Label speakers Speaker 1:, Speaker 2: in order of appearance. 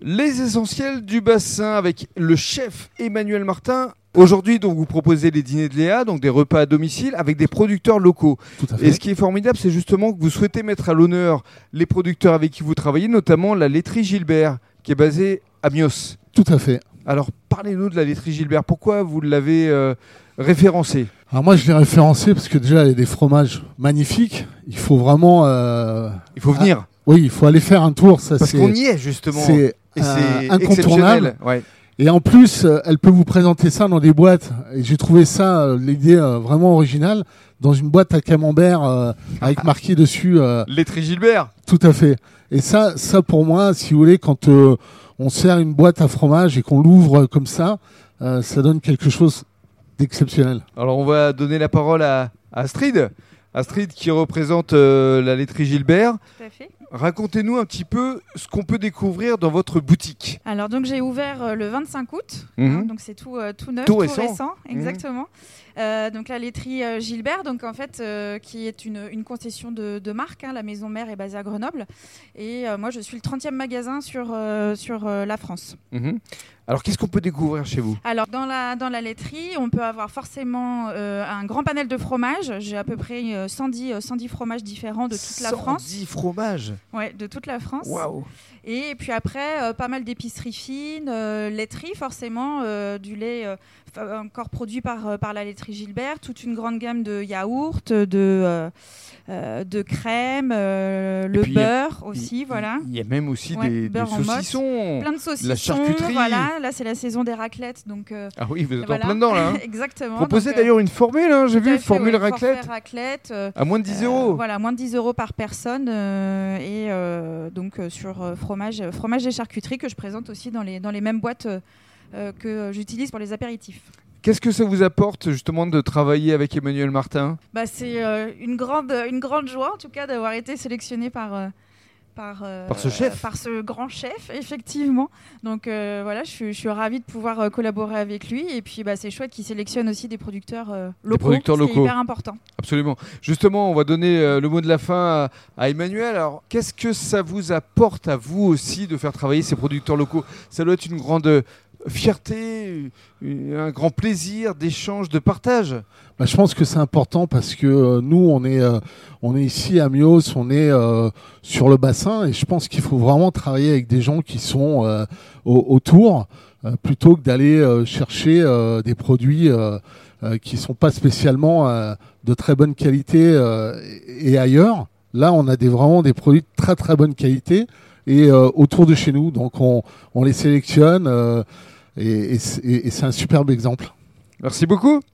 Speaker 1: Les essentiels du bassin avec le chef Emmanuel Martin. Aujourd'hui, donc, vous proposez les dîners de Léa, donc des repas à domicile avec des producteurs locaux.
Speaker 2: Tout à
Speaker 1: Et ce qui est formidable, c'est justement que vous souhaitez mettre à l'honneur les producteurs avec qui vous travaillez, notamment la laiterie Gilbert, qui est basée à Mios.
Speaker 2: Tout à fait.
Speaker 1: Alors, parlez-nous de la laiterie Gilbert. Pourquoi vous l'avez euh, référencée
Speaker 2: Alors moi, je l'ai référencé parce que déjà, il y a des fromages magnifiques. Il faut vraiment, euh,
Speaker 1: Il faut
Speaker 2: Ah,
Speaker 1: venir,
Speaker 2: oui, il faut aller faire un tour. Ça,
Speaker 1: parce qu'on
Speaker 2: c'est,
Speaker 1: y est justement. Et
Speaker 2: c'est euh,
Speaker 1: c'est
Speaker 2: incontournable.
Speaker 1: exceptionnel. Ouais.
Speaker 2: Et en plus, euh, elle peut vous présenter ça dans des boîtes. Et j'ai trouvé ça euh, l'idée euh, vraiment originale dans une boîte à camembert euh, avec marqué dessus. euh,
Speaker 1: Laiterie Gilbert
Speaker 2: tout à fait. Et ça, ça pour moi, si vous voulez, quand euh, on sert une boîte à fromage et qu'on l'ouvre euh, comme ça, euh, ça donne quelque chose d'exceptionnel.
Speaker 1: Alors on va donner la parole à à Astrid. Astrid qui représente euh, la laiterie Gilbert.
Speaker 3: Tout à fait.
Speaker 1: Racontez-nous un petit peu ce qu'on peut découvrir dans votre boutique.
Speaker 3: Alors donc j'ai ouvert euh, le 25 août,
Speaker 1: Mhm.
Speaker 3: hein, donc c'est tout, euh, tout neuf,
Speaker 1: Tout
Speaker 3: tout,
Speaker 1: récent. Mhm.
Speaker 3: récent, exactement. Euh, donc la laiterie euh, Gilbert, donc en fait euh, qui est une, une concession de, de marque, hein, la maison mère est basée à Grenoble, et euh, moi je suis le 30e magasin sur euh, sur euh, la France.
Speaker 1: Alors qu'est-ce qu'on peut découvrir chez vous
Speaker 3: Alors dans la dans la laiterie, on peut avoir forcément euh, un grand panel de fromages. J'ai à peu près euh, 110 euh, 110 fromages différents de toute la France.
Speaker 1: 110 fromages.
Speaker 3: Ouais, de toute la France.
Speaker 1: Waouh.
Speaker 3: Et puis après, euh, pas mal d'épiceries fines, euh, laiterie forcément, euh, du lait euh, fa- encore produit par, euh, par la laiterie Gilbert, toute une grande gamme de yaourts, de, euh, euh, de crème, euh, le
Speaker 1: puis,
Speaker 3: beurre aussi, voilà.
Speaker 1: Il y a même aussi
Speaker 3: Ouais,
Speaker 1: des, des
Speaker 3: beurre en motte.
Speaker 1: saucissons.
Speaker 3: Plein de saucissons,
Speaker 1: charcuterie.
Speaker 3: voilà. Là, c'est la saison des raclettes, donc... euh,
Speaker 1: Ah oui, vous êtes
Speaker 3: voilà.
Speaker 1: en plein dedans là. hein.
Speaker 3: Exactement.
Speaker 1: Proposez
Speaker 3: donc, euh,
Speaker 1: d'ailleurs une formule, hein, j'ai
Speaker 3: tout à
Speaker 1: vu,
Speaker 3: fait,
Speaker 1: formule
Speaker 3: ouais, forfait
Speaker 1: raclette
Speaker 3: raclette, euh,
Speaker 1: à moins de 10
Speaker 3: euh,
Speaker 1: euros.
Speaker 3: voilà, moins de 10 euros par personne. euh, et euh, donc euh, sur euh, fromage, euh, fromage et charcuterie que je présente aussi dans les, dans les mêmes boîtes euh, euh, que euh, j'utilise pour les apéritifs.
Speaker 1: Qu'est-ce que ça vous apporte justement de travailler avec Emmanuel Martin
Speaker 3: Bah, c'est euh, une, grande, une grande joie en tout cas d'avoir été sélectionné par... euh, par, euh,
Speaker 1: Par ce chef.
Speaker 3: par ce grand chef, effectivement. Donc euh, voilà, je suis, je suis ravie de pouvoir euh, collaborer avec lui. Et puis bah, c'est chouette qu'il sélectionne aussi des producteurs euh, locaux.
Speaker 1: producteurs
Speaker 3: ce qui est
Speaker 1: locaux.
Speaker 3: hyper important.
Speaker 1: Absolument. Justement, on va donner euh, le mot de la fin à, à Emmanuel. Alors, qu'est-ce que ça vous apporte à vous aussi de faire travailler ces producteurs locaux Ça doit être une grande euh, fierté, euh, un grand plaisir d'échange, de partage.
Speaker 2: Bah, je pense que c'est important parce que euh, nous, on est, euh, on est ici à Mios, on est euh, sur le bassin et je pense qu'il faut vraiment travailler avec des gens qui sont euh, au- autour euh, plutôt que d'aller euh, chercher euh, des produits euh, euh, qui sont pas spécialement euh, de très bonne qualité euh, et et ailleurs. Là, on a des, vraiment des produits de très très bonne qualité et euh, autour de chez nous. Donc, on, on les sélectionne euh, et- et c'est et c'est un superbe exemple.
Speaker 1: Merci beaucoup.